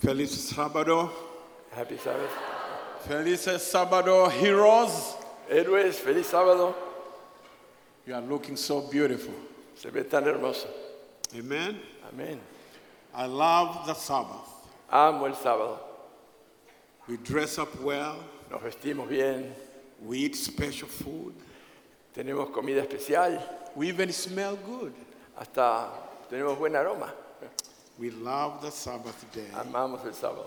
Feliz sábado. Happy Sabbath. Feliz sábado, heroes. Héroes, feliz sábado. You are looking so beautiful. Se ve tan hermoso. Amen. Amén. I love the Sabbath. Amo el sábado. We dress up well. Nos vestimos bien. We eat special food. Tenemos comida especial. We even smell good. Hasta tenemos buen aroma. We love the Sabbath day. Amamos el sábado.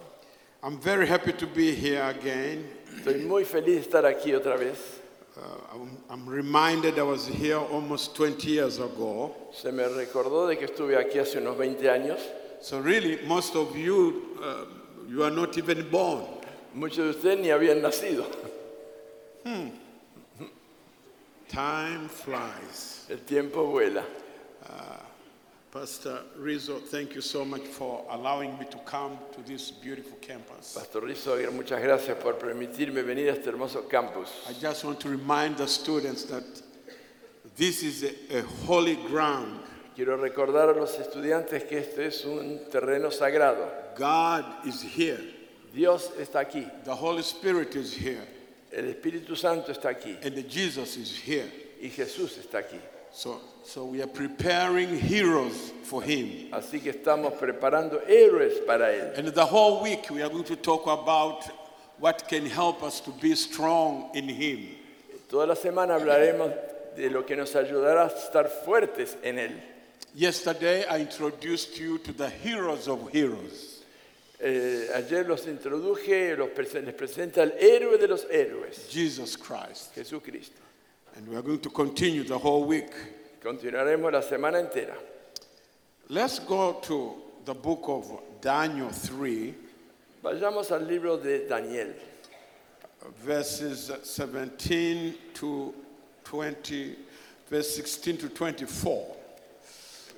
I'm very happy to be here again. Estoy muy feliz de estar aquí otra vez. Uh, I'm, I'm reminded I was here almost 20 years ago. Se me recordó de que estuve aquí hace unos 20 años. So, really, most of you, uh, you are not even born. Muchos de ustedes ni habían nacido. Time flies. El tiempo vuela. Pastor Rizzo, thank you so much for allowing me to come to this beautiful campus. Pastor Rizzo, muchas gracias por permitirme venir a este hermoso campus. I just want to remind the students that this is a, a holy ground. Quiero recordar a los estudiantes que este es un terreno sagrado. God is here. Dios está aquí, The Holy Spirit is here. el Espíritu Santo está aquí And Jesus is here. y Jesús está aquí. So, so we are preparing heroes for Him. Así que estamos preparando héroes para Él. And the whole week we are going to talk about what can help us to be strong in Him. Toda la semana hablaremos de lo que nos ayudará a estar fuertes en Él. Yesterday I introduced you to the heroes of heroes. Eh, ayer los introduje, los presen- les presenta al héroe de los héroes, Jesus Christ. Jesucristo. And we are going to continue the whole week. Continuaremos la semana entera. Let's go to the book of Daniel 3, Vayamos al libro de Daniel, verses 17 to 20, verse 16 to 24.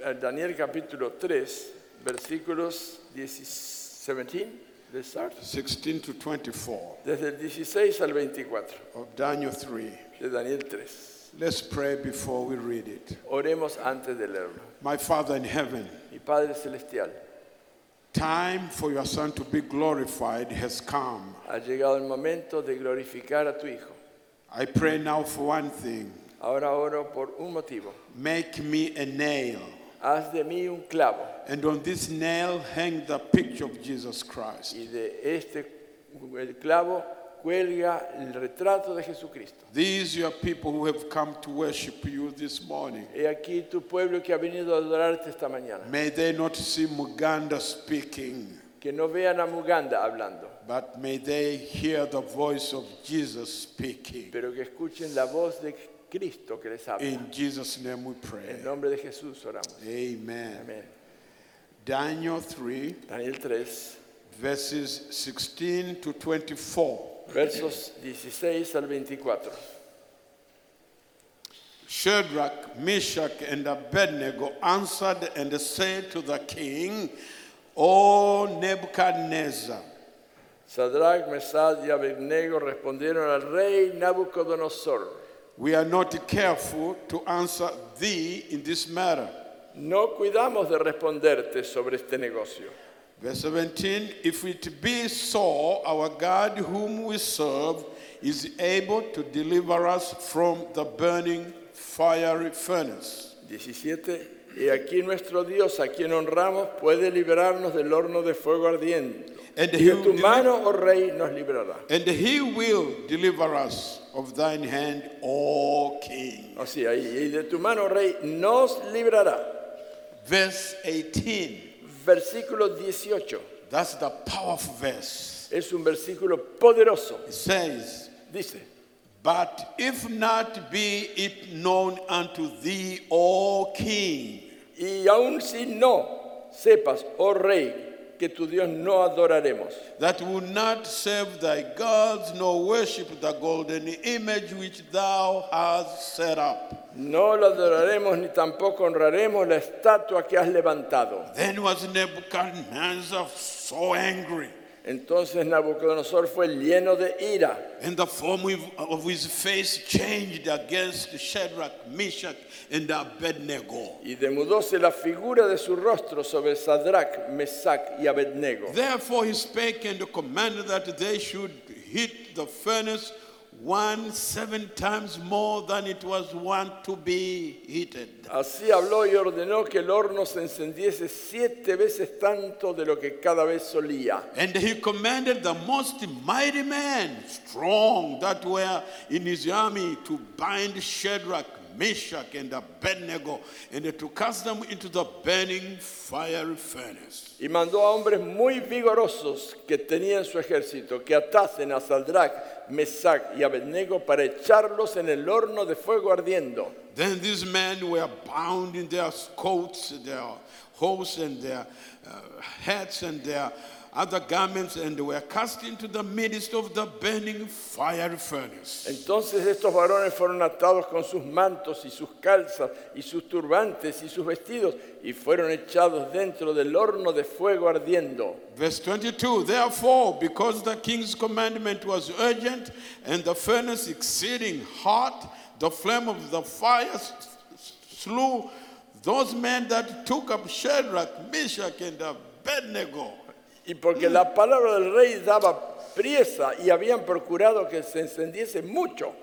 Eh, Daniel capítulo 3, versículos 17. Let's start. 16 to 24 Desde el 16 al 24 of Daniel 3. de Daniel 3. Let's pray before we read it. Oremos antes de leerlo. My Father in heaven, Mi Padre Celestial, time for your Son to be glorified has come. ha llegado el momento de glorificar a tu Hijo. I pray now for one thing Ahora oro por un motivo. make me a nail. Haz de mí un clavo And on this nail hang the picture of Jesus Christ. y de este el clavo cuelga el retrato de Jesucristo. These are people who have come to worship you this morning. He aquí tu pueblo que ha venido a adorarte esta mañana. May they not see Muganda speaking, Que no vean a Muganda hablando, but may they hear the voice of Jesus speaking. pero que escuchen la voz de Cristo que les habla. In Jesus' name we En pray. nombre de Jesús oramos. Amen. Amén. Daniel 3, Daniel 3. verses 16 to 24. versos 16 al 24. Shadrach, Meshach, and Abednego answered and said to the king, O Nebuchadnezzar, Sadrach, Mesad y Abednego respondieron al rey Nabucodonosor. we are not careful to answer thee in this matter. No cuidamos de responderte sobre este negocio. Verse 17 If it be so, our God whom we serve is able to deliver us from the burning fiery furnace. 17. Y aquí nuestro Dios, a quien honramos, puede liberarnos del horno de fuego ardiente. And Y de will tu deli- mano, oh rey, nos librará. and he will deliver us of thine hand, O king. O sea, y Oh, y de tu mano, oh rey, nos librará. Verse 18. Versículo 18. That's the powerful verse. Es un versículo poderoso. It says, Dice, But if not be it known unto thee, O king, Y aun si no sepas, oh rey, que tu Dios no adoraremos, that will not serve thy gods, nor worship the golden image which thou hast set up. no lo adoraremos ni tampoco honraremos la estatua que has levantado. Then was Nebuchadnezzar so angry Entonces Nabucodonosor fue lleno de ira And the form of- of his face changed against Shadrach, Meshach, and Abednego. y demudóse la figura de su rostro sobre Sadrach, Mesac y Abednego. Therefore he spake and commanded that they should hit the furnace one seven times more than it was wont to be heated. Así habló y ordenó que el horno se encendiese siete veces tanto de lo que cada vez solía. And he commanded the most mighty men, strong that were in his army, to bind Shadrach, Meshach, and Abednego, and to cast them into the burning fiery furnace. Y mandó a hombres muy vigorosos que tenía en su ejército que atasen a Sadrach, Mesac y Abednego para echarlos en el horno de fuego ardiendo. Then these men were bound in their coats, their hose, and their uh, hats, and their other garments, and were cast into the midst of the burning fiery furnace. Entonces estos varones fueron atados con sus mantos y sus calzas y sus turbantes y sus vestidos y fueron echados dentro del horno de fuego ardiendo. Verse 22 Therefore, because the king's commandment was urgent and the furnace exceeding hot, the flame of the fire s- s- slew those men that took up Shadrach, Meshach, and Abednego. Y porque la palabra del rey daba priesa y habían procurado que se encendiese mucho,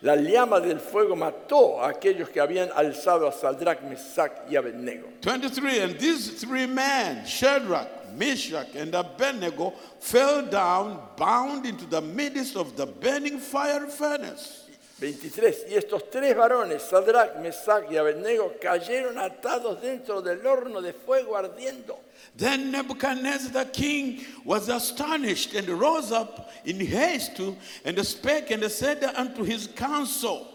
la llama del fuego mató a aquellos que habían alzado a Sadrach, Mesac y Abednego. 23 And these three men, Shadrach, Meshach, and Abednego, fell down, bound into the midst of the burning fire furnace. 23. Y estos tres varones, Sadrach, Mesac y Abednego, cayeron atados dentro del horno de fuego ardiendo. Then Nebuchadnezzar the king was astonished and rose up in haste to- and spake and said unto his council,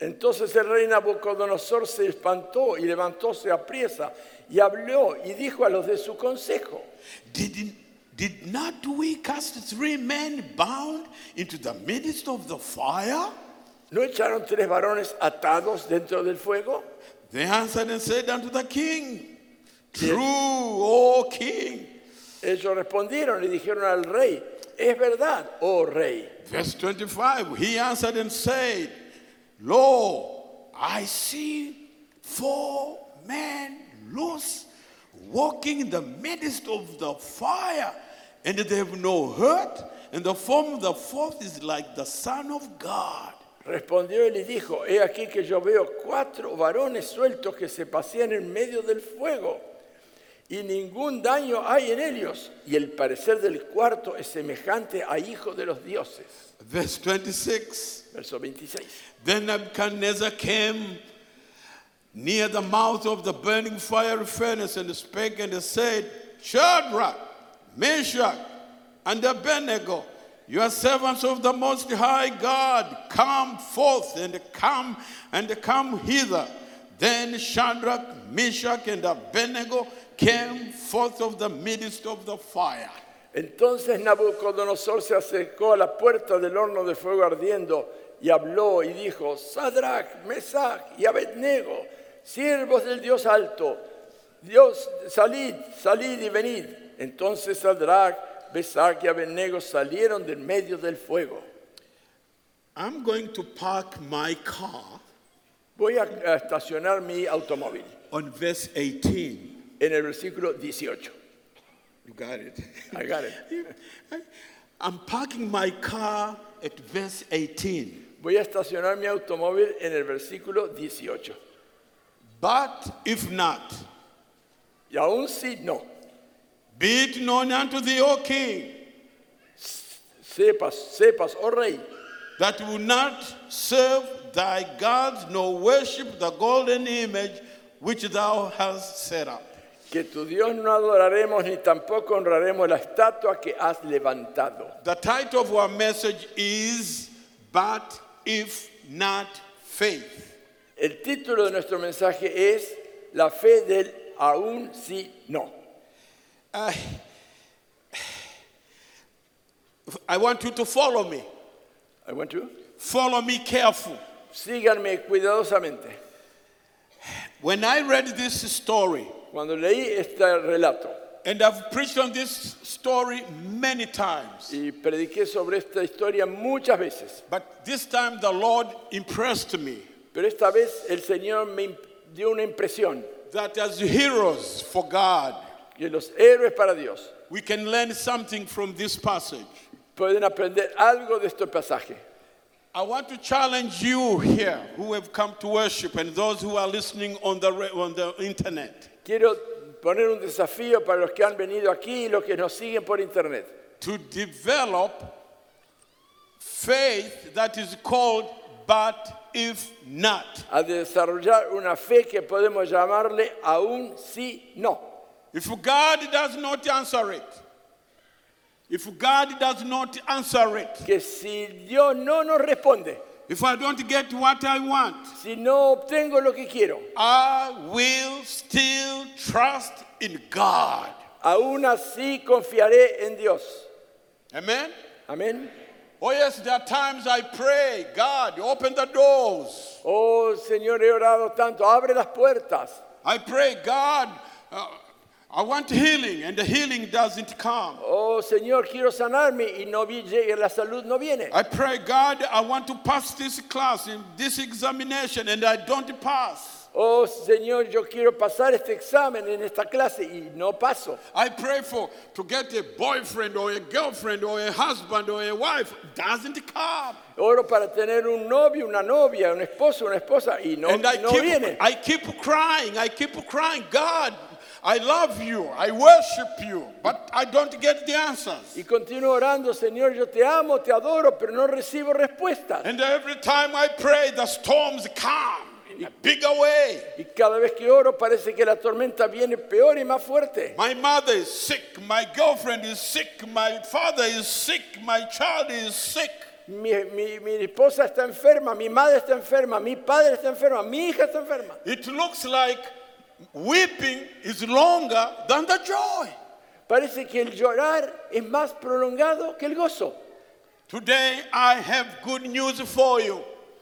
Entonces el rey Nabucodonosor se espantó y levantóse a priesa y habló y dijo a los de su consejo. did, did not we cast three men bound into the midst of the fire? ¿No echaron tres varones atados dentro del fuego? They answered and said unto the king, True, O king. Ellos respondieron y dijeron al rey, es verdad, oh rey. Verse 25, he answered and said, Lo, I see four men loose walking in the midst of the fire, and they have no hurt, and the form of the fourth is like the Son of God. Respondió él y dijo, he aquí que yo veo cuatro varones sueltos que se pasean en medio del fuego y ningún daño hay en ellos. Y el parecer del cuarto es semejante a hijo de los dioses. Verse 26, Verso 26. Then Nebuchadnezzar came near the mouth of the burning fiery furnace and spake and said, Shadrach, Meshach, and Abednego, you are servants of the Most High God. Come forth and come and come hither. Then Shadrach, Meshach, and Abednego came forth of the midst of the fire. Entonces Nabucodonosor se acercó a la puerta del horno de fuego ardiendo y habló y dijo, Sadrach, Mesach y Abednego, siervos del Dios alto, Dios, salid, salid y venid. Entonces Sadrach, Mesach y Abednego salieron del medio del fuego. I'm going to park my car Voy a, a estacionar mi automóvil on verse 18. en el versículo 18. You got it. I got it. I'm parking my car at verse 18. Voy a estacionar mi automóvil en el versículo 18. But if not, Y aún si no, be it known unto thee, O king, Sepas, sepas, oh rey, that will not serve thy gods nor worship the golden image which thou hast set up. que tu Dios no adoraremos ni tampoco honraremos la estatua que has levantado. The title of our message is But If Not Faith. El título de nuestro mensaje es La fe del aún si no. Uh, I want you to follow me. I want you. Follow me careful. Síganme cuidadosamente. When I read this story, Cuando leí este relato, And I've preached on this story many times. Y prediqué sobre esta historia muchas veces. But this time the Lord impressed me Pero esta vez el Señor me imp- dio una impresión that as heroes for God, que los héroes para Dios we can learn something from this passage. pueden aprender algo de este pasaje. I want to challenge you here who have come to worship and those who are listening on the, re- on the internet Quiero poner un desafío para los que han venido aquí y los que nos siguen por internet. to develop faith that is called but if not. A desarrollar una fe que podemos llamarle aún si no. If God does not answer it, if God does not answer it, Que si Dios no nos responde, if I don't get what I want, si no obtengo lo que quiero, I will still trust in God. aún así confiaré en Dios. Amen. Amén. Oh, yes, there are times I pray, God, open the doors. Oh Señor, he orado tanto, abre las puertas. I pray, God, uh, I want healing, and the healing doesn't come. Oh Señor, quiero sanarme y no vi- llega- la salud no viene. I pray, God, I want to pass this class, in this examination, and I don't pass. Oh Señor, yo quiero pasar este examen en esta clase y no paso. I pray for to get a boyfriend or a girlfriend or a husband or a wife, doesn't come. Oro para tener un novio, una novia, un esposo, una esposa y no, and I no keep, viene. I keep crying, I keep crying, God, I love you, I worship you, but I don't get the answers. Y continúo orando, Señor, yo te amo, te adoro, pero no recibo respuestas. And every time I pray, the storms come in a bigger way. Y cada vez que oro parece que la tormenta viene peor y más fuerte. My mother is sick, my girlfriend is sick, my father is sick, my child is sick. Mi, mi- mi esposa está enferma, mi madre está enferma, mi padre está enferma, mi hija está enferma. It looks like weeping is longer than the joy. Parece que el llorar es más prolongado que el gozo. Today I have good news for you.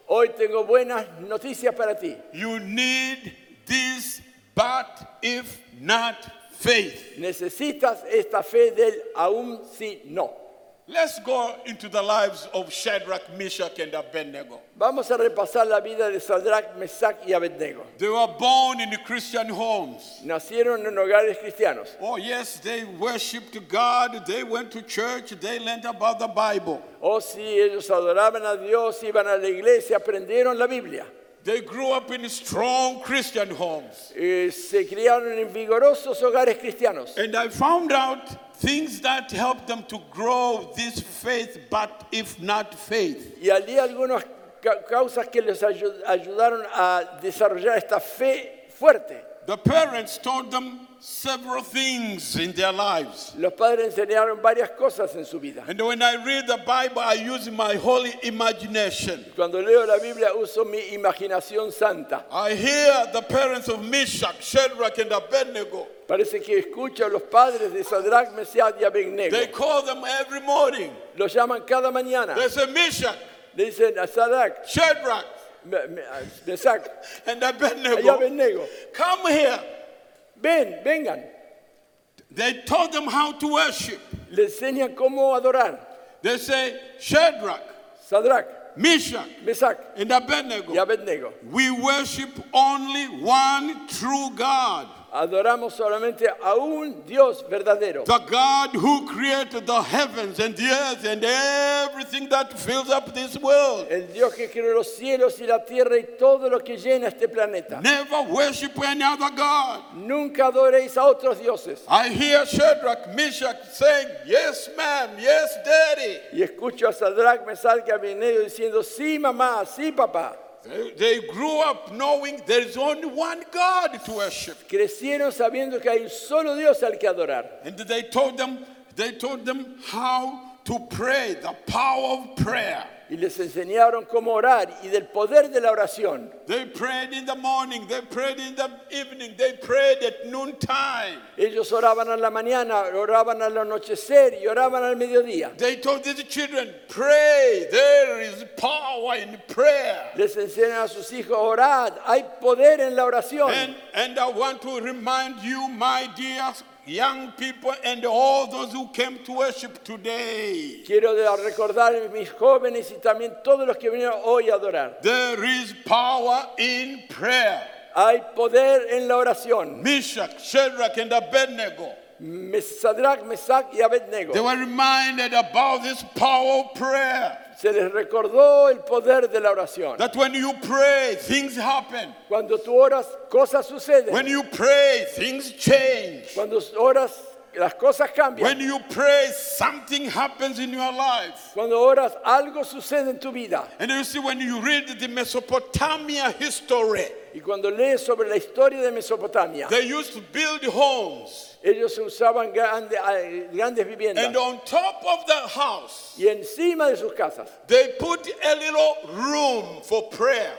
Hoy tengo buenas noticias para ti. You need this, but if not faith. Necesitas esta fe del aún si no. Let's go into the lives of Shadrach, Meshach, and Abednego. Vamos a repasar la vida de Sadrach, Mesach y Abednego. They were born in Christian homes. Nacieron en hogares cristianos. Oh, yes, they worshiped God, they went to church, they learned about the Bible. O si Oh, ellos adoraban a Dios, iban a la iglesia, aprendieron la Biblia. They grew up in strong Christian homes. Eh, se criaron en vigorosos hogares cristianos. And I found out things that helped them to grow this faith, but if not faith. Y allí algunas ca- causas que les ayu- ayudaron a desarrollar esta fe fuerte. The parents taught them several things in their lives. Los padres enseñaron varias cosas en su vida. And when I read the Bible, I use my holy imagination. Cuando leo la Biblia uso mi imaginación santa. I hear the parents of Meshach, Shadrach, and Abednego. Parece que escucho a los padres de Sadrach, Mesías y Abednego. They call them every morning. Los llaman cada mañana. They say, Meshach, Le dicen a Sadrach, Shadrach, Me- Me- Mesach and y Abednego, Abednego. come here. Ven, vengan. They taught them how to worship. Le enseñan cómo adorar. They say, Shadrach, Sadrach, Meshach, Mesach and y Abednego, Abednego. we worship only one true God, Adoramos solamente a un Dios verdadero. the God who created the heavens and the earth and everything that fills up this world. El Dios que creó los cielos y la tierra y todo lo que llena este planeta. Never worship any other God. Nunca adoréis a otros dioses. I hear Shadrach, Meshach saying, Yes, ma'am, yes, daddy. Y escucho a Sadrach, Mesach y Abednego diciendo, sí mamá, sí papá. They, they grew up knowing there is only one God to worship. Crecieron sabiendo que hay un solo Dios al que adorar. And they told them, they told them how to pray, the power of prayer. Y les enseñaron cómo orar y del poder de la oración. They prayed in the morning, they prayed in the evening, they prayed at noontime. Ellos oraban a la mañana, oraban al anochecer y oraban al mediodía. They told these children, pray, there is power in prayer. Les enseñan a sus hijos, orad, hay poder en la oración. And, and I want to remind you, my dear young people, and all those who came to worship today. Quiero de- recordar a mis jóvenes y también todos los que vinieron hoy a adorar. There is power in prayer. Hay poder en la oración. Meshach, Shadrach, and Abednego, Mes- Sadrach, Mesach y Abednego. they were reminded about this power of prayer. Se les recordó el poder de la oración. That when you pray, things happen. Cuando tú oras, cosas suceden. When you pray, things change. Cuando oras, las cosas cambian. When you pray, something happens in your life. Cuando oras, algo sucede en tu vida. And you see, when you read the Mesopotamia history, Y cuando lees sobre la historia de Mesopotamia, they used to build homes. ellos usaban grande- eh, grandes viviendas. And on top of the house, Y encima de sus casas they put a little room for prayer.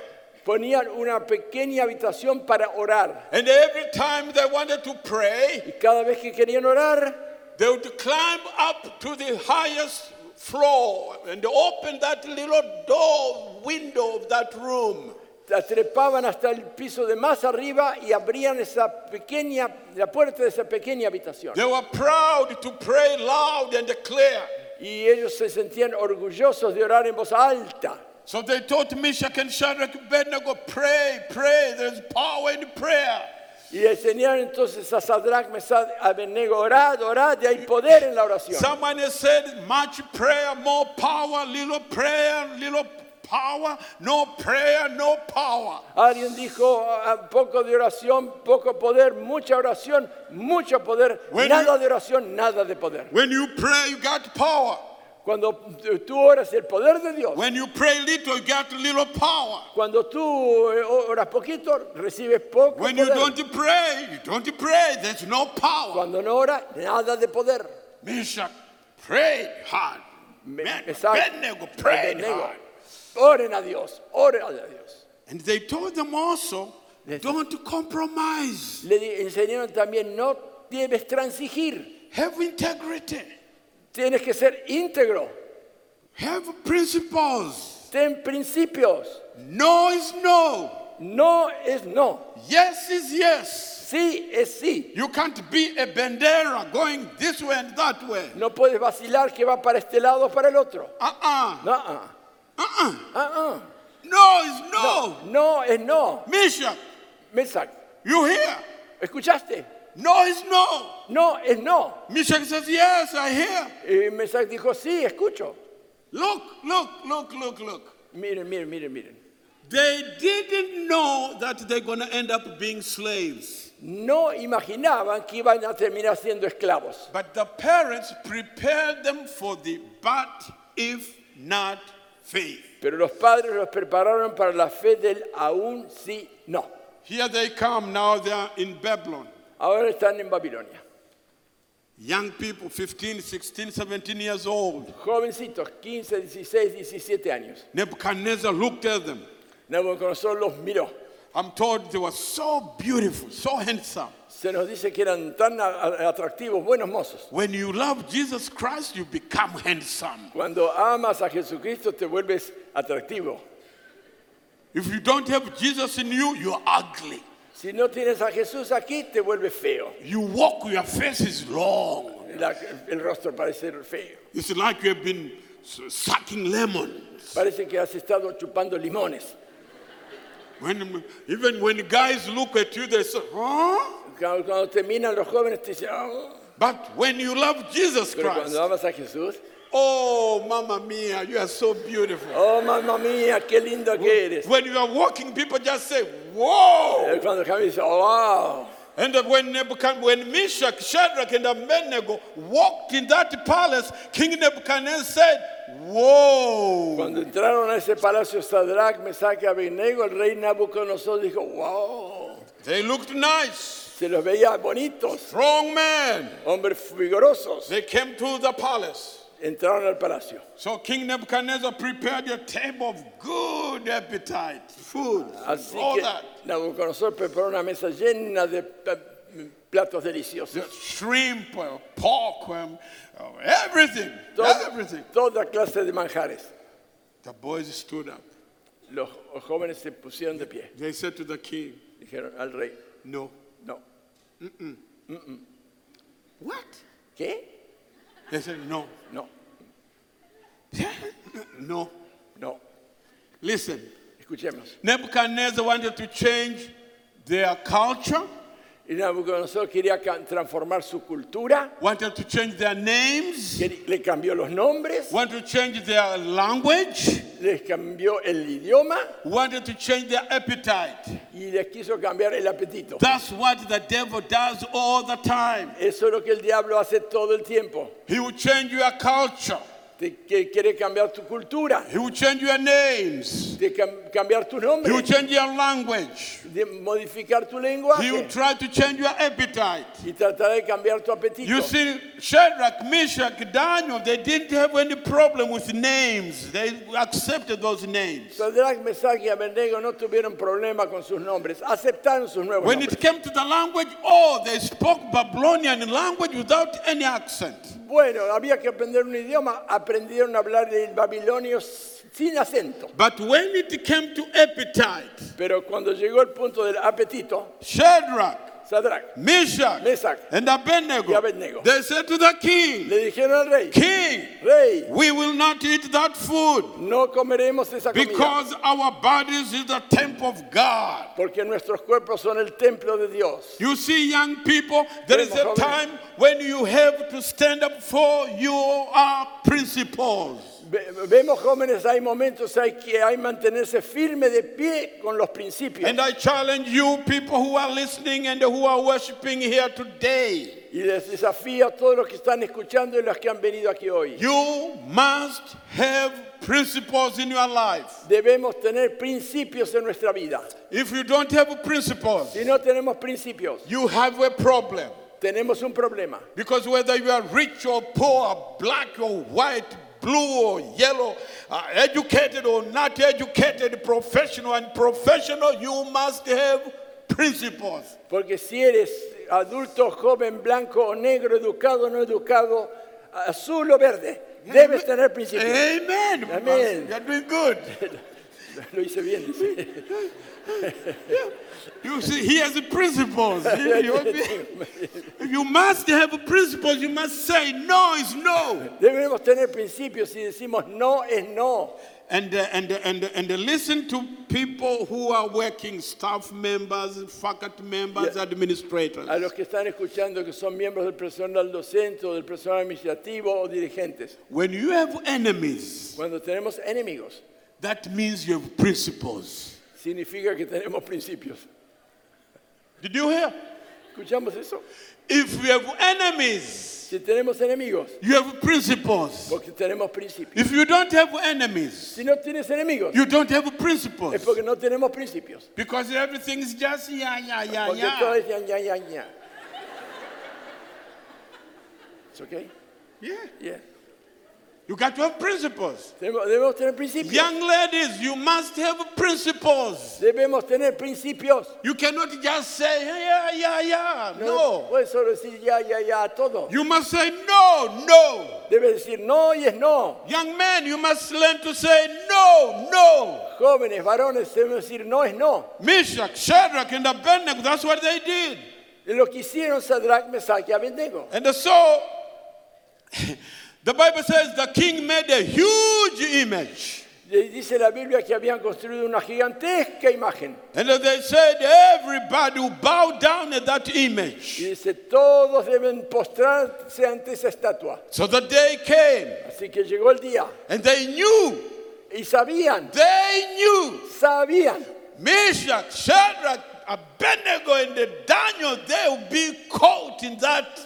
ponían una pequeña habitación para orar. And every time they wanted to pray, Y cada vez que querían orar, They would climb up to the highest floor and open that little door window of that room. la trepaban hasta el piso de más arriba y abrían esa pequeña, la puerta de esa pequeña habitación. They were proud to pray loud and clear. Y ellos se sentían orgullosos de orar en voz alta. So they taught Meshach and Shadrach and Abednego, pray, pray, there's power in prayer. Y enseñaron entonces a Sadrach, Mesad, Abednego, orad, orad, y hay poder en la oración. Someone has said, much prayer, more power, little prayer, little power, no prayer, no power. Alguien dijo, "Ah, poco de oración, poco poder, mucha oración, mucho poder, When nada you- de oración, nada de poder. When you pray, you got power. Cuando tú- tú oras el poder de Dios, When you pray little, you got little power. cuando tú eh, oras poquito, recibes poco When you poder. don't pray, you don't pray, there's no power. Cuando no oras, nada de poder. Meshach prayed hard. Me- Man, Mesach, Abednego prayed Abednego, hard. Oren a Dios, oren a Dios. And they told them also, Yes. don't compromise. Le di- enseñaron también, no debes transigir, Have integrity. tienes que ser íntegro, Have principles. ten principios. No is no. No es no, Yes is yes. sí es sí. You can't be a bandera going this way and that way. No puedes vacilar que va para este lado o para el otro. Uh-uh. No, ah, Uh-uh. ah, No is no. ah. no es no. Meshach, Mesach, you hear? ¿escuchaste? No is no. No es no. Meshach says, Yes, I hear. Y Mesach dijo, sí, escucho. Look, look, look, look, look. Miren, miren, miren, miren. They didn't know that they're going to end up being slaves. No imaginaban que iban a terminar siendo esclavos. But the parents prepared them for the but if not faith. Pero los padres los prepararon para la fe del aún sí, no. Here they come, now they are in Babylon. Ahora están en Babilonia. Young people, 15, 16, 17 years old. Jovencitos, 15, 16, 17 años. Nebuchadnezzar looked at them. Nabucodonosor los miró. I'm told they were so beautiful, so handsome. Se nos dice que eran tan a- a- atractivos, buenos mozos. When you love Jesus Christ, you become handsome. Cuando amas a Jesucristo te vuelves atractivo. If you don't have Jesus in you, you're ugly. Si no tienes a Jesús aquí te vuelves feo. You walk, your face is long. La- el rostro parece feo. It's like you have been s- sucking lemon. Parece que has estado chupando limones. When, even when guys look at you, they say, huh? Cuando, cuando te miran los jóvenes te dicen, "Ah". But when you love Jesus pero Christ, cuando amas a Jesús, oh, mamma mia, you are so beautiful. oh mamá mía, qué lindo que eres. When you are walking, people just say, whoa. Eh, Cuando Javi dice, wow. And when, Nebuchadnezzar, when Meshach, Shadrach, and Abednego walked in that palace, King Nebuchadnezzar said, whoa. Cuando entraron a ese palacio Sadrach, Mesach y Abednego, el rey Nabucodonosor dijo, wow. They looked nice, Se los veía bonitos, strong men. hombres vigorosos. They came to the palace. Entraron al palacio. So King Nebuchadnezzar prepared a table of good appetite, food, Así all que that. Nabucodonosor preparó una mesa llena de pla- platos The deliciosos. shrimp, uh, pork, um, uh, everything, Toda, everything. toda clase de manjares. The boys stood up. Los jóvenes se pusieron de pie. They said to the king, Dijeron al rey, No, no, What? ¿Qué? They said, No, No, no. no. Listen, Escuchemos. Nebuchadnezzar wanted to change their culture, Y Nabucodonosor quería ca- transformar su cultura, wanted to change their names, que le cambió los nombres, wanted to change their language, les cambió el idioma wanted to change their appetite. y les quiso cambiar el apetito. That's what the devil does all the time. Eso es lo que el diablo hace todo el tiempo. He will change your culture, Te, que quiere cambiar tu cultura, he will change your names, de cam- cambiar tu he will nombre, change your language, de modificar tu he will lenguaje try to change your appetite. y tratar de cambiar tu apetito. You see, Shadrach, Meshach, Daniel, they didn't have any problem with names. They accepted those names. Sadrach, Mesach y Abednego no tuvieron problema con sus nombres, aceptaron sus nuevos When nombres. it came to the language, oh, they spoke Babylonian language without any accent. Bueno, había que aprender un idioma, aprendieron a hablar el babilonio s- sin acento. But when it came to appetite, Pero cuando llegó el punto del apetito, Shadrach, Sadrach Meshach, Meshach, and Abednego, y Abednego. they said to the king, le dijeron al rey, King, rey, we will not eat that food no comeremos esa comida, because our bodies is the temple of God. porque nuestros cuerpos son el templo de Dios. You see, young people, there is a Vemos, jóvenes. time when you have to stand up for your uh, principles. Ve- Vemos jóvenes, hay momentos hay que hay mantenerse firme de pie con los principios. And I challenge you, people who are listening and who are worshiping here today, Y les desafío a todos los que están escuchando y los que han venido aquí hoy. you must have principles in your life. Debemos tener principios en nuestra vida. If you don't have principles, Si no tenemos principios, you have a problem. tenemos un problema. Because whether you are rich or poor, black or white, blue or yellow, uh, educated or not educated, professional and professional, you must have principles. Porque si eres adulto, joven, blanco o negro, educado o no educado, azul o verde, debes tener principios. Amen. Amen. You're doing good. Lo hice bien. sí. You see, he has principles. You- you- you must have principles. You must say no is no. Debemos tener principios. Si decimos no, es no. And, uh, and, uh, and, uh, and uh, listen to people who are working, staff members, faculty members, administrators. A los que están escuchando que son miembros del personal docente o del personal administrativo o dirigentes. When you have enemies, Cuando tenemos enemigos, that means you have principles. significa que tenemos principios. Did you hear? ¿Escuchamos eso? If you have enemies, Si tenemos enemigos, you have principles. porque tenemos principios. If you don't have enemies, Si no tienes enemigos, you don't have es principles. porque no tenemos principios. Because everything is just yeah, yeah, yeah, Porque todo yeah. es ña, ña, ña, ña. ¿It's okay? Yeah. Yeah. You got to have principles. Tenemos- Debemos tener principios. Young ladies, you must have principles. Debemos tener principios. You cannot just say yeah, yeah, yeah. No. puedes solo decir ya, ya, ya a todo. You must say no, no. Debes decir no y es no. Young men, you must learn to say no, no. Jóvenes, varones, debemos decir no es no. Meshach, Shadrach, and Abednego. That's what they did. Lo que hicieron Sadrach, Mesach y Abednego. And so the Bible says the king made a huge image. Le Dice la Biblia que habían construido una gigantesca imagen. And they said, everybody will bow down at that Y image. dice, todos deben postrarse ante esa estatua. So the day came, Así que llegó el día. and they knew, Y sabían, they knew. sabían Meshach, Shadrach, Abednego, and Daniel, they will be caught in that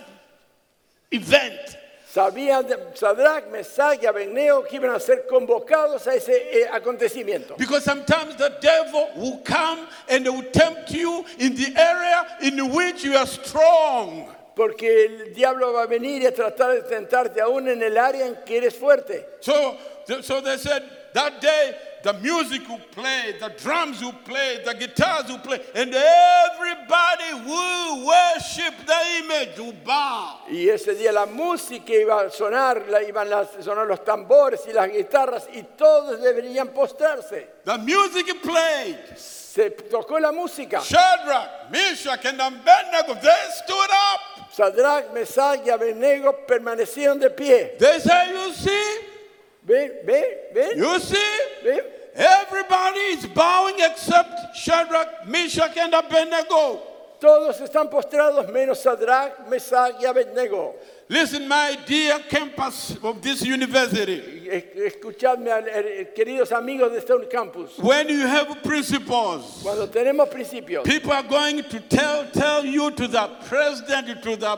event. Sabían de Sadrach, Mesach y Abednego que iban a ser convocados a ese eh, acontecimiento. Because sometimes the devil will come and will tempt you in the area in which you are strong. Porque el diablo va a venir y a tratar de tentarte aún en el área en que eres fuerte. So, th- so they said that day the music will play, the drums will play, the guitars will play, and everybody will worship the image, will bow. Y ese día la música iba a sonar, la- iban a sonar los tambores y las guitarras y todos deberían postrarse. The music played. Se tocó la música. Shadrach, Meshach, and Abednego, they stood up. Sadrach, Mesach y Abednego permanecieron de pie. They say, You see, ¿Ven? ¿Ven? ¿Ven? you see, ¿Ven? everybody is bowing except Shadrach, Meshach, and Abednego. Todos están postrados menos Sadrach, Mesach y Abednego. Listen, my dear campus of this university, Y es- Escuchadme, al- eh, queridos amigos de Stone Campus. when you have principles, Cuando tenemos principios, people are going to tell, tell you to the president, to the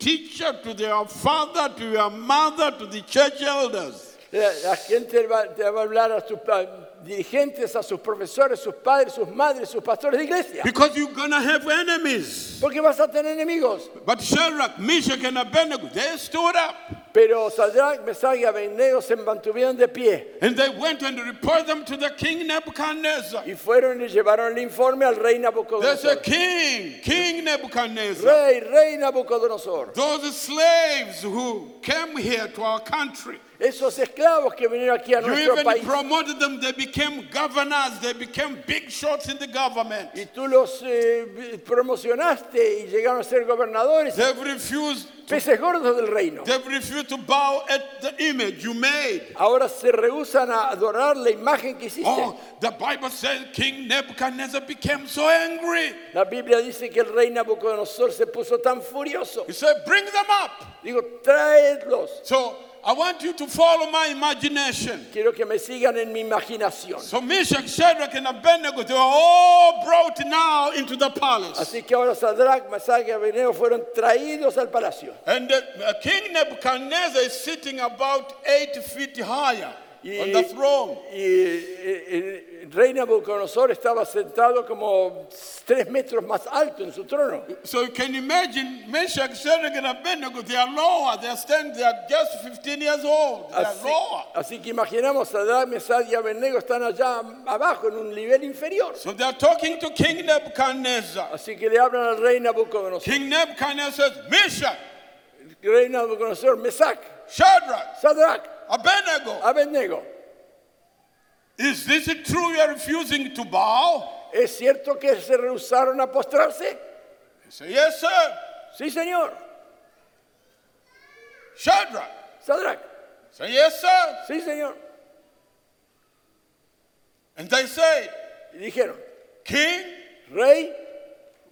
teacher, to your father, to your mother, to the church elders. la, la gente va, te va a hablar a sus pa- dirigentes, a sus profesores, sus padres, sus madres, sus pastores de iglesia. Because you're going to have enemies. Porque vas a tener enemigos. But Shadrach, Meshach, and Abednego, they stood up Pero Sadrach, Mesach y Abednego se mantuvieron de pie and they went and reported them to the king Nebuchadnezzar. y fueron y llevaron el informe al rey They Nabucodonosor. said, King, King Nebuchadnezzar, Rey, rey Nabucodonosor. those slaves who came here to our country, Esos esclavos que vinieron aquí a you nuestro even país promoted them, they became governors, they became big shots in the government. y tú los eh, promocionaste y llegaron a ser gobernadores, They've refused, peces gordos del reino. they've refused to bow at the image you made. Ahora se rehusan a adorar la imagen que hiciste. Oh, the Bible says King Nebuchadnezzar became so angry. La Biblia dice que el rey Nabucodonosor se puso tan furioso. He said, Bring them up. Digo, traedlos. So I want you to follow my imagination. Quiero que me sigan en mi imaginación. So Meshach, Shadrach, and Abednego, they were all brought now into the palace. Así que ahora Sadrach, Mesach y Abednego fueron traídos al palacio. And the, uh, King Nebuchadnezzar is sitting about eight feet higher Y, on the throne. y, eh, el rey Nabucodonosor estaba sentado como tres metros más alto en su trono. So you can imagine Meshach, Shadrach, and Abednego, they are lower. They are standing, they are just 15 years old. They are Así, lower. así que imaginamos Sadrach, Mesach y Abednego están allá abajo en un nivel inferior. So they are talking to King Nebuchadnezzar. Así que le hablan al rey Nabucodonosor. King Nebuchadnezzar says, Meshach, El rey Nabucodonosor, Mesach, Shadrach, Sadrach, Abednego, Abednego. is this true you are refusing to bow? ¿Es cierto que se rehusaron a postrarse? They say, Yes, sir. Sí, señor. Shadrach, Sadrach. say, Yes, sir. Sí, señor. And they say, Y dijeron, King, rey,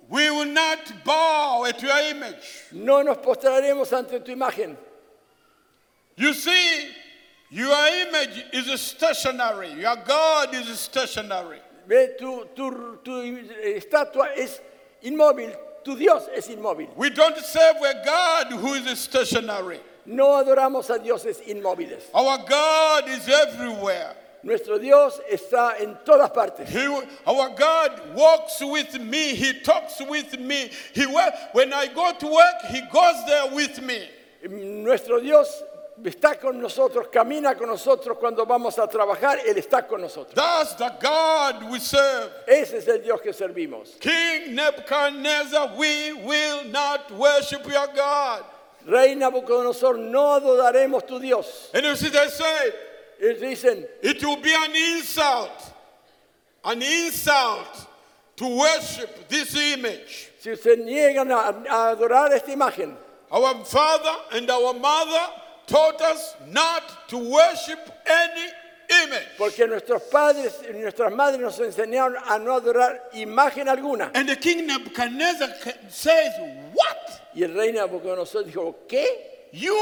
we will not bow at your image. no nos postraremos ante tu imagen. You see, your image is stationary. Your God is stationary. Ve, tu, tu- tu estatua es inmóvil, tu Dios es inmóvil. We don't serve a God who is stationary. No adoramos a dioses inmóviles. Our God is everywhere. Nuestro Dios está en todas partes. He, our God walks with me. He talks with me. He, wo- when I go to work, He goes there with me. Nuestro Dios está con nosotros, camina con nosotros cuando vamos a trabajar, Él está con nosotros. That's the God we serve. Ese es el Dios que servimos. King Nebuchadnezzar, we will not worship your God. Rey Nabucodonosor, no adoraremos tu Dios. And you see, they say, Ellos dicen, it will be an insult, an insult to worship this image. si se niegan a, a adorar esta imagen, Our father and our mother taught us not to worship any image. porque nuestros padres y nuestras madres nos enseñaron a no adorar imagen alguna. And the king Nebuchadnezzar ca- says, What? Y el rey Nabucodonosor dijo, ¿qué? You,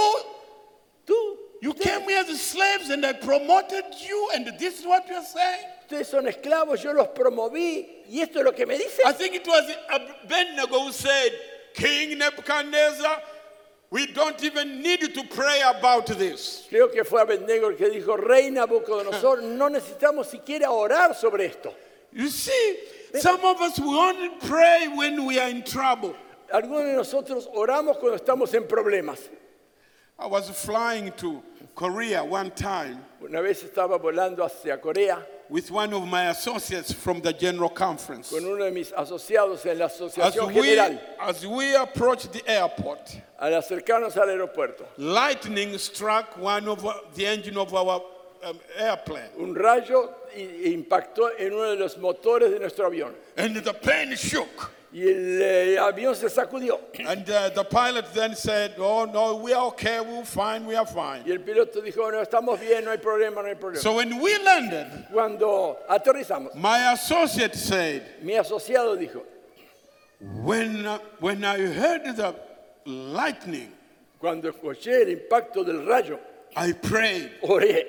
¿Tú? you came here as slaves and I promoted you, and this is what you're saying? Ustedes son esclavos, yo los promoví y esto es lo que me dicen. I think it was Abednego who said, King Nebuchadnezzar, we don't even need you to pray about this. Creo que fue Abednego el que dijo, rey Nabucodonosor, no necesitamos siquiera orar sobre esto. You see, some of us we only pray when we are in trouble. Algunos de nosotros oramos cuando estamos en problemas. I was flying to Korea one time Una vez estaba volando hacia Corea with one of my associates from the General Conference. con uno de mis asociados en la As Asociación we, General as we approached the airport, al acercarnos al aeropuerto. lightning struck one of our- the engine of our um, airplane, Un rayo i- impactó en uno de los motores de nuestro avión and the plane shook. Y el eh, avión se sacudió. And uh, the pilot then said, Oh, no, we are okay, we're fine, we are fine. Y el piloto dijo, no, estamos bien, no hay problema, no hay problema. So when we landed, Cuando aterrizamos, my associate said, mi asociado dijo, When, uh, when I heard the lightning, cuando escuché el impacto del rayo, I prayed. oré.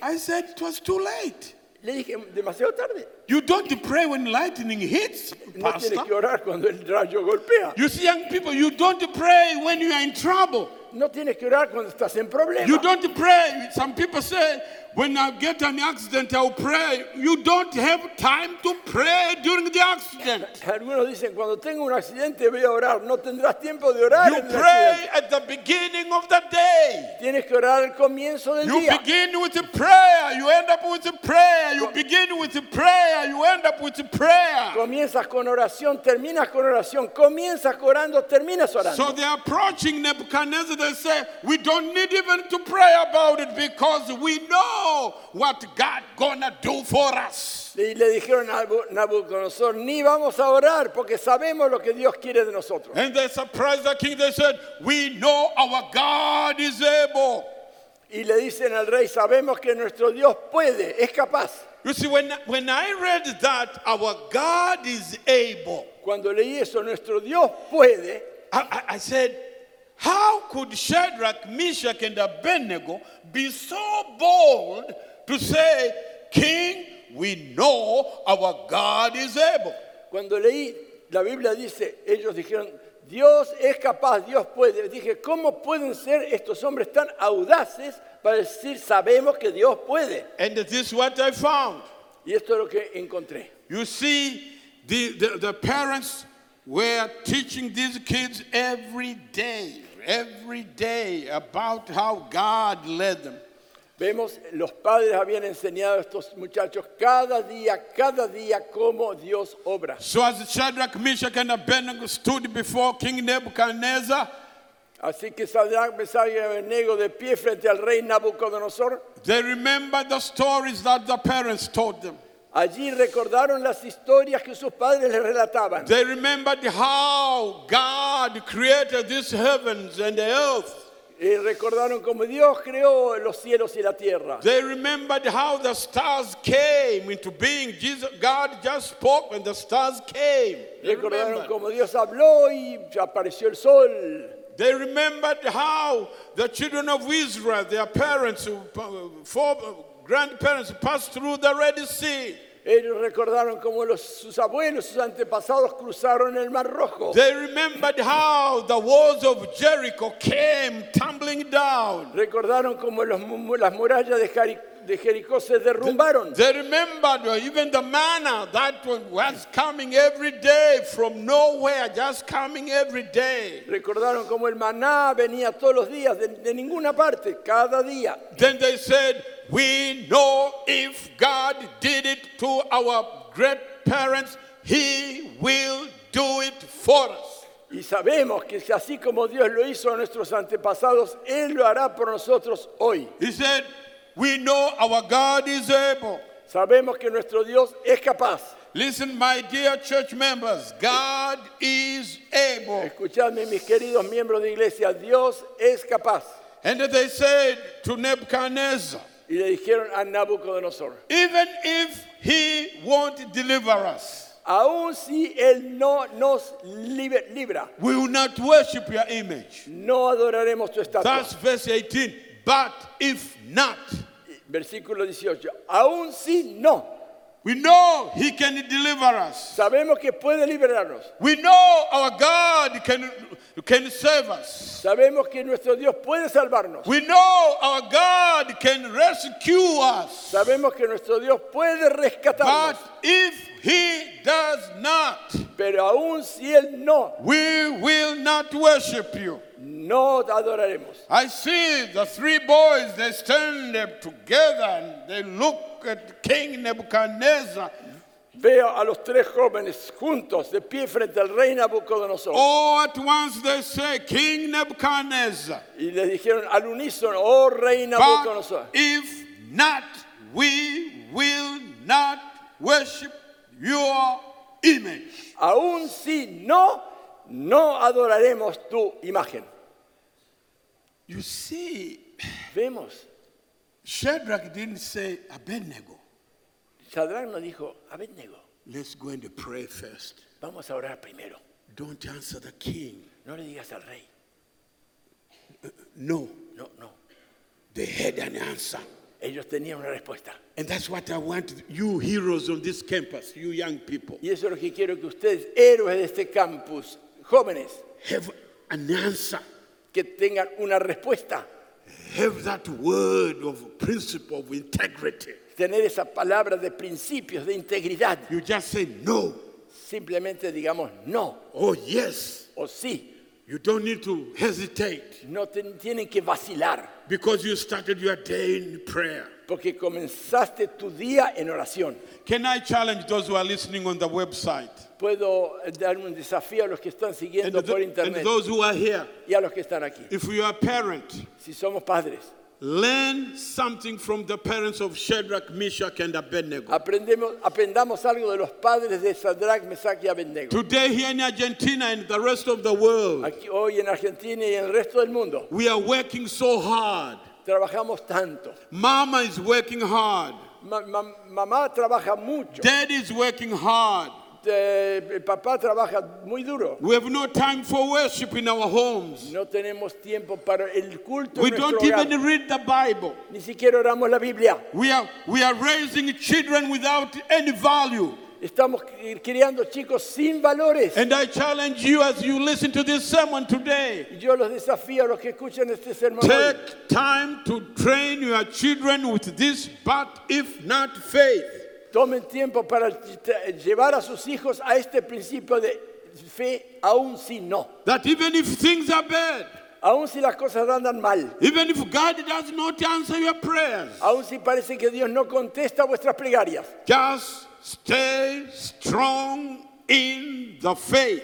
I said, It was too late. Le dije, demasiado tarde. You don't pray when lightning hits, No tienes que Pastor. orar cuando el rayo golpea. You see, young people, you don't pray when you are in trouble. No tienes que orar cuando estás en problemas. You don't pray. Some people say, when I get an accident, I'll pray. You don't have time to pray during the accident. Algunos dicen, cuando tengo un accidente voy a orar. No tendrás tiempo de orar. You en el pray accidente. at the beginning of the day. Tienes que orar al comienzo del You día. begin with a prayer, you end up with a prayer, you begin with a prayer, you end up with a prayer. Comienzas con oración, terminas con oración. Comienzas orando, terminas orando. So they're approaching Nebuchadnezzar, they say, We don't need even to pray about it because we know what God gonna do for us. y le dijeron a Nabu- Nabucodonosor, ni vamos a orar porque sabemos lo que Dios quiere de nosotros. And they surprised the king. They said, We know our God is able. Y le dicen al rey, sabemos que nuestro Dios puede, es capaz. You see, when, when I read that, our God is able, Cuando leí eso, nuestro Dios puede, I, I- I said, How could Shadrach, Meshach, and Abednego be so bold to say, King, we know our God is able? cuando leí, la Biblia dice, ellos dijeron, Dios es capaz, Dios puede. Dije, ¿cómo pueden ser estos hombres tan audaces para decir, sabemos que Dios puede? And this is what I found. Y esto es lo que encontré. You see, the, the, the parents were teaching these kids every day, every day about how God led them. Vemos, los padres habían enseñado a estos muchachos cada día, cada día, cómo Dios obra. So as Shadrach, Meshach, and Abednego stood before King Nebuchadnezzar, Así que Sadrach, Mesach y Abednego de pie frente al rey Nabucodonosor. they remembered the stories that the parents told them. Allí recordaron las historias que sus padres les relataban. They remembered how God created these heavens and the earth. Y recordaron cómo Dios creó los cielos y la tierra. They remembered how the stars came into being. Jesus, God just spoke and the stars came. They Recordaron remembered. cómo Dios habló y apareció el sol. They remembered how the children of Israel, their parents, who- uh, four grandparents, passed through the Red Sea. Ellos recordaron cómo los- sus abuelos, sus antepasados cruzaron el Mar Rojo. They remembered how the walls of Jericho came tumbling down. Recordaron cómo los mu- las murallas de, Jari- de Jericó se derrumbaron. They remembered uh, even the manna that was coming every day from nowhere, just coming every day. Recordaron cómo el maná venía todos los días, de- de ninguna parte, cada día. Then they said, We know if God did it to our great parents, He will do it for us. Y sabemos que si así como Dios lo hizo a nuestros antepasados, Él lo hará por nosotros hoy. He said, We know our God is able. Sabemos que nuestro Dios es capaz. Listen, my dear church members, God is able. Escuchadme, mis queridos miembros de iglesia, Dios es capaz. And they said to Nebuchadnezzar, Y le dijeron a Nabucodonosor, Even if He won't deliver us, aun si Él no nos libe- libra, we will not worship your image. no adoraremos tu estatua. That's verse 18. But if not, Versículo 18, aun si no, We know He can deliver us. sabemos que puede liberarnos, We know our God can, can save us. sabemos que nuestro Dios puede salvarnos, We know our God can rescue us. sabemos que nuestro Dios puede rescatarnos. But if He does not, Pero aún si Él no, we will not worship you. no te adoraremos. I see the three boys, they stand up together and they look at King Nebuchadnezzar. Veo a los tres jóvenes juntos, de pie frente al rey Nabucodonosor. All Oh, at once they say, King Nebuchadnezzar. Y le dijeron al unísono, oh rey Nabucodonosor, But if not, we will not worship your image. Aún si no, no adoraremos tu imagen. You see, Vemos, Shadrach didn't say Abednego. Shadrach nos dijo, Abednego, Let's go and pray first. vamos a orar primero. Don't answer the king. No le digas al rey. No, No, no. they had an answer. Ellos tenían una respuesta. And that's what I want you heroes on this campus, you young people, Y eso es lo que quiero que ustedes, héroes de este campus, jóvenes, have an answer. que tengan una respuesta. Have that word of principle of integrity. Tener esa palabra de principios, de integridad. You just say no Simplemente digamos no or yes. o sí. You don't need to hesitate No ten- tienen que vacilar, because you started your day in prayer. porque comenzaste tu día en oración. Can I challenge those who are listening on the website Puedo eh, dar un desafío a los que están and, siguiendo tho- por and internet those who are here? y a los que están aquí. If you are a parent, Si somos padres, learn something from the parents of Shadrach, Meshach, and Abednego. aprendemos, aprendamos algo de los padres de Sadrach, Mesach y Abednego. Today, here in Argentina and the rest of the world, Aquí, hoy en Argentina y en el resto del mundo we are working so hard. trabajamos tanto. Mama is working hard. Ma- ma- mamá trabaja mucho, Dad is working hard. Eh, el papá trabaja muy duro. We have no time for worship in our homes. No tenemos tiempo para el culto. We en nuestro don't hogar. even read the Bible. Ni siquiera oramos la Biblia. We are, we are raising children without any value. Estamos cri- criando chicos sin valores. And I challenge you as you listen to this sermon today. Y Yo los desafío a los que escuchan este sermón. hoy. Take time to train your children with this, but if not faith. Tomen tiempo para ch- llevar a sus hijos a este principio de fe, aun si no. That even if things are bad, Aun si las cosas andan mal. even if God does not answer your prayers, Aun si parece que Dios no contesta vuestras plegarias. just stay strong in the faith.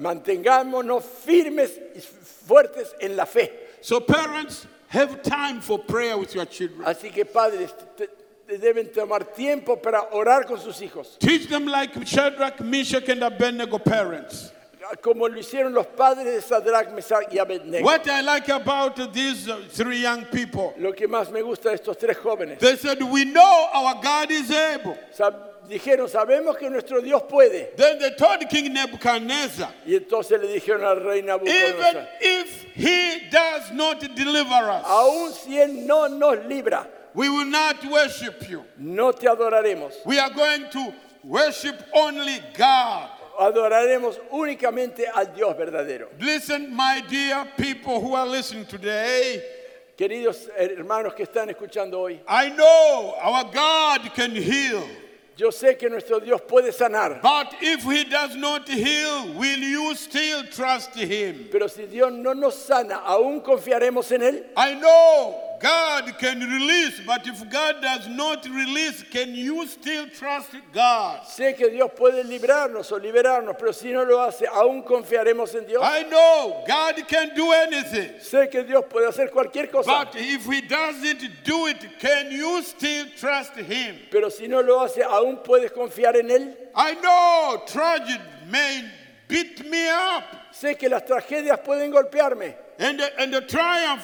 Mantengámonos firmes y fuertes en la fe. So, parents, have time for prayer with your children. Así que padres te- te deben tomar tiempo para orar con sus hijos, Teach them like Shadrach, Meshach, and Abednego parents. como lo hicieron los padres de Sadrach, Mesach y Abednego. What I like about these uh, three young people, Lo que más me gusta de estos tres jóvenes, they said, We know our God is able. sab- dijeron, sabemos que nuestro Dios puede. Then they told King Nebuchadnezzar, Y entonces le dijeron al rey Even Nabucodonosor, if he does not deliver us, aun si él no nos libra, we will not worship you. no te adoraremos. We are going to worship only God. Adoraremos únicamente al Dios verdadero. Listen, my dear people who are listening today. Queridos hermanos que están escuchando hoy, I know our God can heal, yo sé que nuestro Dios puede sanar. but if He does not heal, will you still trust Him? Pero si Dios no nos sana, aún confiaremos en Él. I know God can release, but if God does not release, can you still trust God? Sé que Dios puede librarnos o liberarnos, pero si no lo hace, aún confiaremos en Dios. I know God can do anything, Sé que Dios puede hacer cualquier cosa, but if He doesn't do it, can you still trust Him? pero si no lo hace, aún puedes confiar en Él. I know tragedy may beat me up, Sé que las tragedias pueden golpearme and the, and the triumph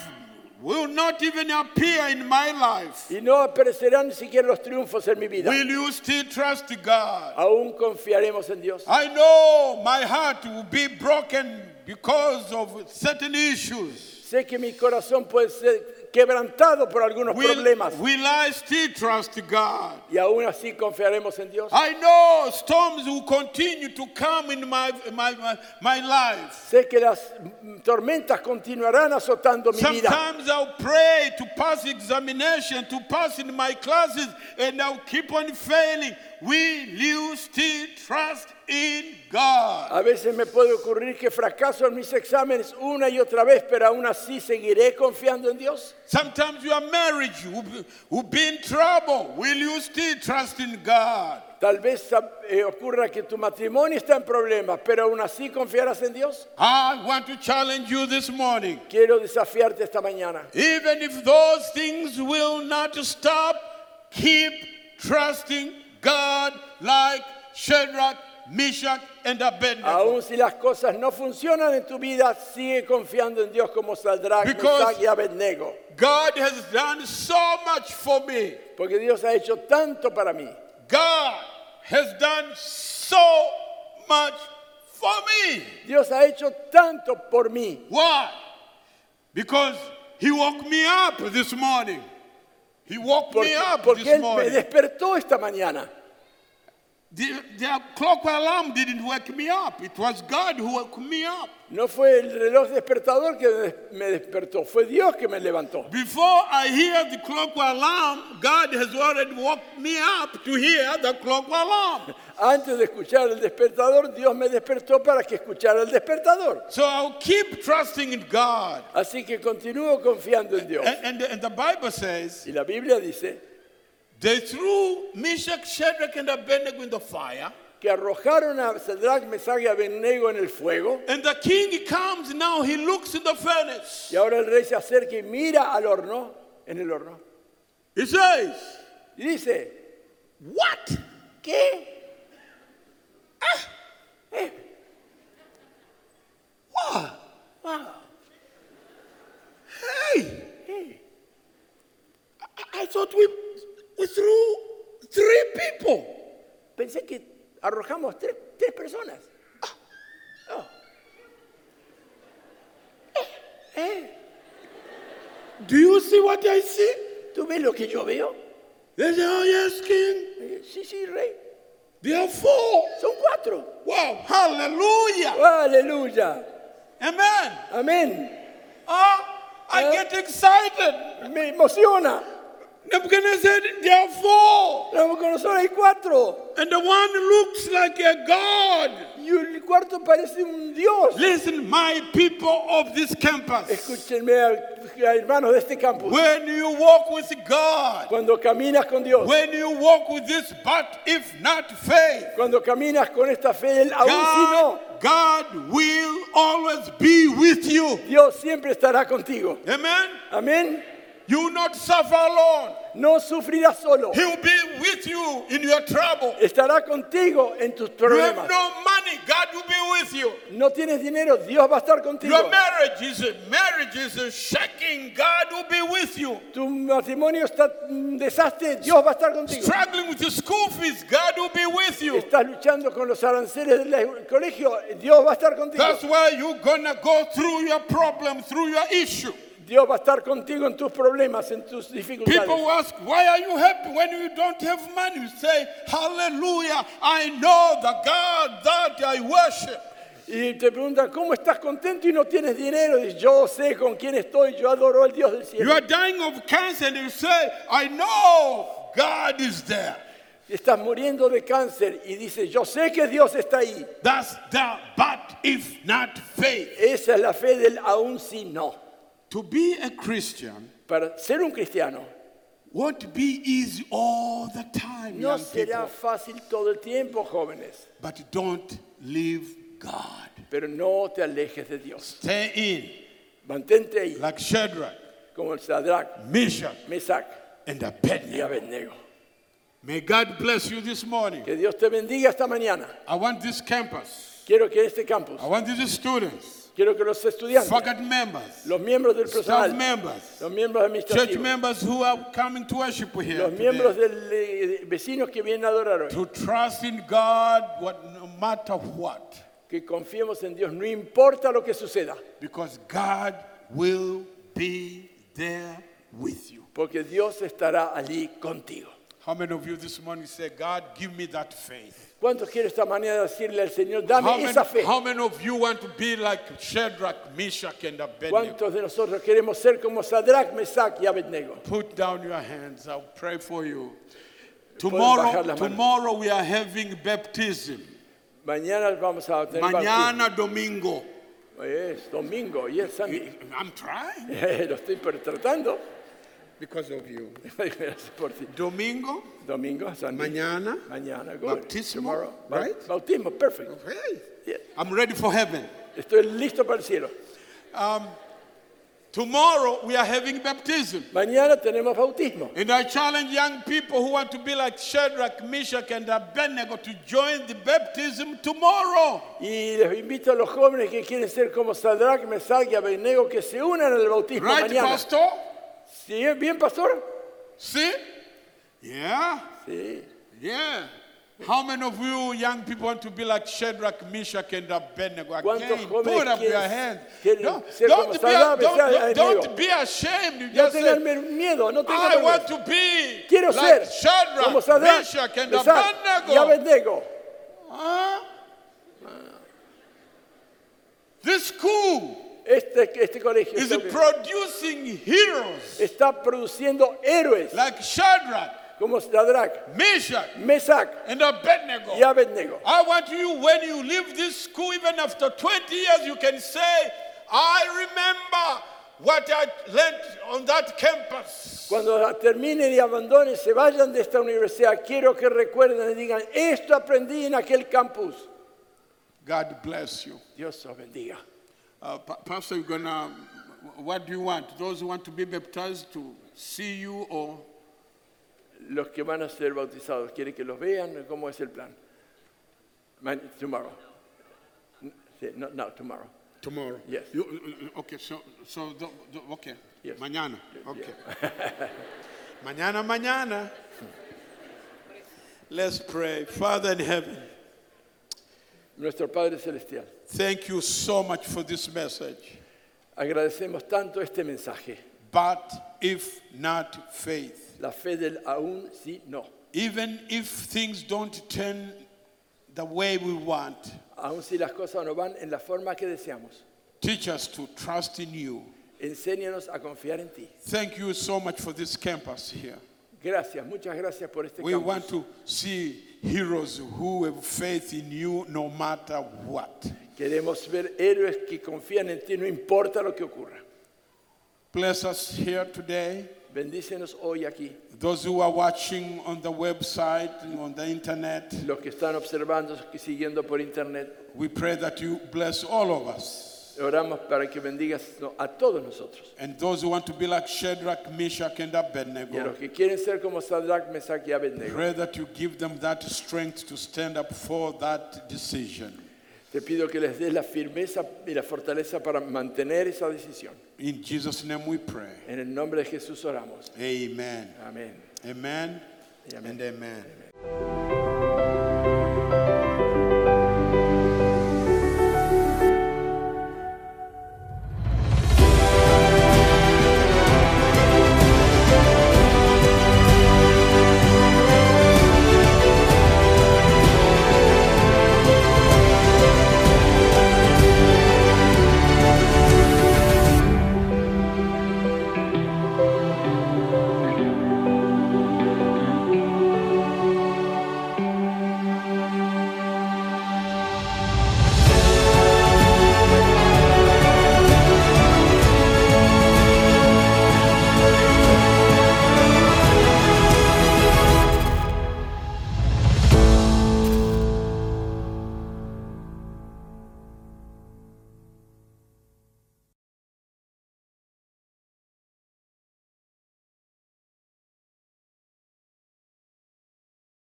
will not even appear in my life. y no aparecerán ni siquiera los triunfos en mi vida. Will you still trust God? Aún confiaremos en Dios. I know my heart will be broken because of certain issues. Sé que mi corazón puede ser quebrantado por algunos Will, problemas will I still trust God? y aún así confiaremos en Dios. I know storms will continue to come in my, my, my, my life. Sé que las mm, tormentas continuarán azotando mi vida. Sometimes I'll pray to pass examination, to pass in my classes, and I'll keep on failing. Will you still trust in God? A veces me puede ocurrir que fracaso en mis exámenes una y otra vez, pero aún así seguiré confiando en Dios. Sometimes your marriage will be, will be in trouble. Will you still trust in God? Tal vez eh, ocurra que tu matrimonio está en problemas, pero aún así confiarás en Dios. I want to challenge you this morning. Quiero desafiarte esta mañana. Even if those things will not stop, keep trusting God like Shadrach, Meshach, and Abednego. Aún si las cosas no funcionan en tu vida, sigue confiando en Dios como Sadrach, Because- Mesach y Abednego. God has done so much for me. Porque Dios ha hecho tanto para mí. God has done so much for me. Dios ha hecho tanto por mí. Why? Because He woke me up this morning. He woke Porque, me up porque this Él me morning. despertó esta mañana. The, the clock alarm didn't wake me up. It was God who woke me up. No fue el reloj despertador que des- me despertó, fue Dios que me levantó. Before I hear the clock alarm, God has already woke me up to hear the clock alarm. Antes de escuchar el despertador, Dios me despertó para que escuchara el despertador. So I'll keep trusting in God. Así que continúo confiando en Dios. And, and, and the Bible says Y la Biblia dice they threw Meshach, Shadrach, and Abednego in the fire. que arrojaron a Sadrach, Mesach y Abednego en el fuego. And the king comes now, he looks in the furnace. Y ahora el rey se acerca y mira al horno, en el horno. He says, Y dice, What? Eh, ¿qué? What? Hey! I, I thought we, we threw three people. Pensé que arrojamos tres, tres personas. Ah. Eh, Do you see what I see? ¿Tú ves lo que yo veo? They say, Oh, yes, king. Eh, Sí, sí, rey. There are four. Son cuatro. Wow, hallelujah. Aleluya. Amen. Amén. Oh, I Eh? get excited. Me emociona. Nebuchadnezzar, there are four. Nabucodonosor, hay cuatro. And the one looks like a god. Y el cuarto parece un dios. Listen, my people of this campus, Escúchenme, a- a hermanos de este campus. when you walk with God, Cuando caminas con Dios, when you walk with this, but if not faith, cuando caminas con esta fe, del aún si no, God, God will always be with you. Dios siempre estará contigo. Amen. Amén. You will not suffer alone. No sufrirás solo. He will be with you in your trouble. Estará contigo en tus You have problemas. no money, God will be with you. No tienes dinero, Dios va a estar contigo. Your marriage is marriage is shaking, God will be with you. Tu matrimonio está un desastre, Dios va a estar contigo. Struggling with your school fees, God will be with you. Estás luchando con los aranceles del colegio, Dios va a estar contigo. That's why you're gonna go through your problem, through your issue. Dios va a estar contigo en tus problemas, en tus dificultades. People ask, why are you happy when you don't have money? You say, Hallelujah, I know the God that I worship. Y te preguntan, ¿cómo estás contento y no tienes dinero? Y yo sé con quién estoy, yo adoro al Dios del You cielo. are dying of cancer and you say, I know God is there. Estás muriendo de cáncer y dices, yo sé que Dios está ahí. That's the but if not faith. Esa es la fe del aún si no. To be a Christian Para ser un cristiano won't be easy all the time, no young será people, fácil todo el tiempo, jóvenes, but don't leave God. pero no te alejes de Dios. Stay Mantente ahí, in like Shadrach, como el Sadrach, Meshach, Mesach and y Abednego. Abednego. May God bless you this morning. Que Dios te bendiga esta mañana. I want this campus, Quiero que este campus, I want these students, quiero que los estudiantes, faculty members, los miembros del staff personal, members, los miembros church administrativos, members who are coming to worship here los miembros today, del eh, vecinos que vienen a adorar hoy, to trust in God what, no matter what, que confiemos en Dios, no importa lo que suceda, because God will be there with you. porque Dios estará allí contigo. How many of you this morning say, God, give me that faith? ¿Cuántos quieren esta mañana decirle al Señor, How dame esa many, fe? how many of you want to be like Shadrach, Meshach, and Abednego? ¿Cuántos de nosotros queremos ser como Sadrach, Mesach y Abednego? Put down your hands. I'll pray for you. bajar Tomorrow, las manos. tomorrow we are having baptism. Mañana vamos a tener bautismo. Mañana domingo. Hoy es domingo y es Eh, Sunday. I'm trying Lo estoy per- tratando. because of you. Gracias por ti. Domingo, Domingo, Sunday. mañana. Mañana, good. Bautismo, Tomorrow. Ba- right? Bautismo, perfecto. Hey, Yeah. I'm ready for heaven. Estoy listo para el cielo. Um, Tomorrow we are having baptism. Mañana tenemos bautismo. And I challenge young people who want to be like Shadrach, Meshach, and Abednego to join the baptism tomorrow. Y les invito a los jóvenes que quieren ser como Sadrach, Mesach y Abednego que se unan al bautismo Right, mañana. Pastor? ¿Sí? ¿Bien, pastor? See? Yeah, Sí. yeah. How many of you young people want to be like Shadrach, Meshach, and Abednego? ¿Cuántos Again, jóvenes put up your quieren- hand. quieren Don't, ser don't como be, Sadrach, don't- Mesach y don't- Abednego? don't be ashamed. You No just tengan say, miedo, no tengan I miedo. want to be Quiero like ser como Shadrach, Sadrach, Meshach, and Mesach y Abednego. Abednego. Huh? This school Este, este colegio is está- producing heroes está produciendo héroes like Shadrach, como Sadrach, Meshach, Mesach and Abednego. y Abednego. I want you, when you leave this school, even after 20 years, you can say, I remember what I learned on that campus. Cuando terminen y abandonen, se vayan de esta universidad, quiero que recuerden y digan, esto aprendí en aquel campus. God bless you. Dios los bendiga. Uh, Pa- Pastor, you're gonna, what do you want? Those who want to be baptized to see you or? Los que van a ser bautizados, ¿quiere que los vean? ¿Cómo es el plan? Ma- tomorrow. Sí, no, no, tomorrow. Tomorrow. Yes. You- okay, so, so, the, the, okay. Yes. Mañana. Okay. mañana, mañana. Let's pray. Father in heaven, Nuestro Padre Celestial, thank you so much for this message. agradecemos tanto este mensaje, But if not faith, la fe del aún si no. even if things don't turn the way we want, Aún si las cosas no van en la forma que deseamos, teach us to trust in you. enséñanos a confiar en ti. Thank you so much for this campus here. Gracias, muchas gracias por este We campus. want to see heroes who have faith in you no matter what. Queremos ver héroes que confían en ti, no importa lo que ocurra. Bless us here today. Bendícenos hoy aquí, Those who are watching on the website and on the internet, los que están observando, los que siguiendo por internet. we pray that you bless all of us. Oramos para que bendigas no, a todos nosotros. And those who want to be like Shadrach, Meshach, and Abednego. Y a los que quieren ser como Sadrach, Mesach y Abednego, Pray that you give them that strength to stand up for that decision. te pido que les des la firmeza y la fortaleza para mantener esa decisión. In Jesus' name we pray. En el nombre de Jesús oramos. Amen. Amén. Amen, Amen. and amen.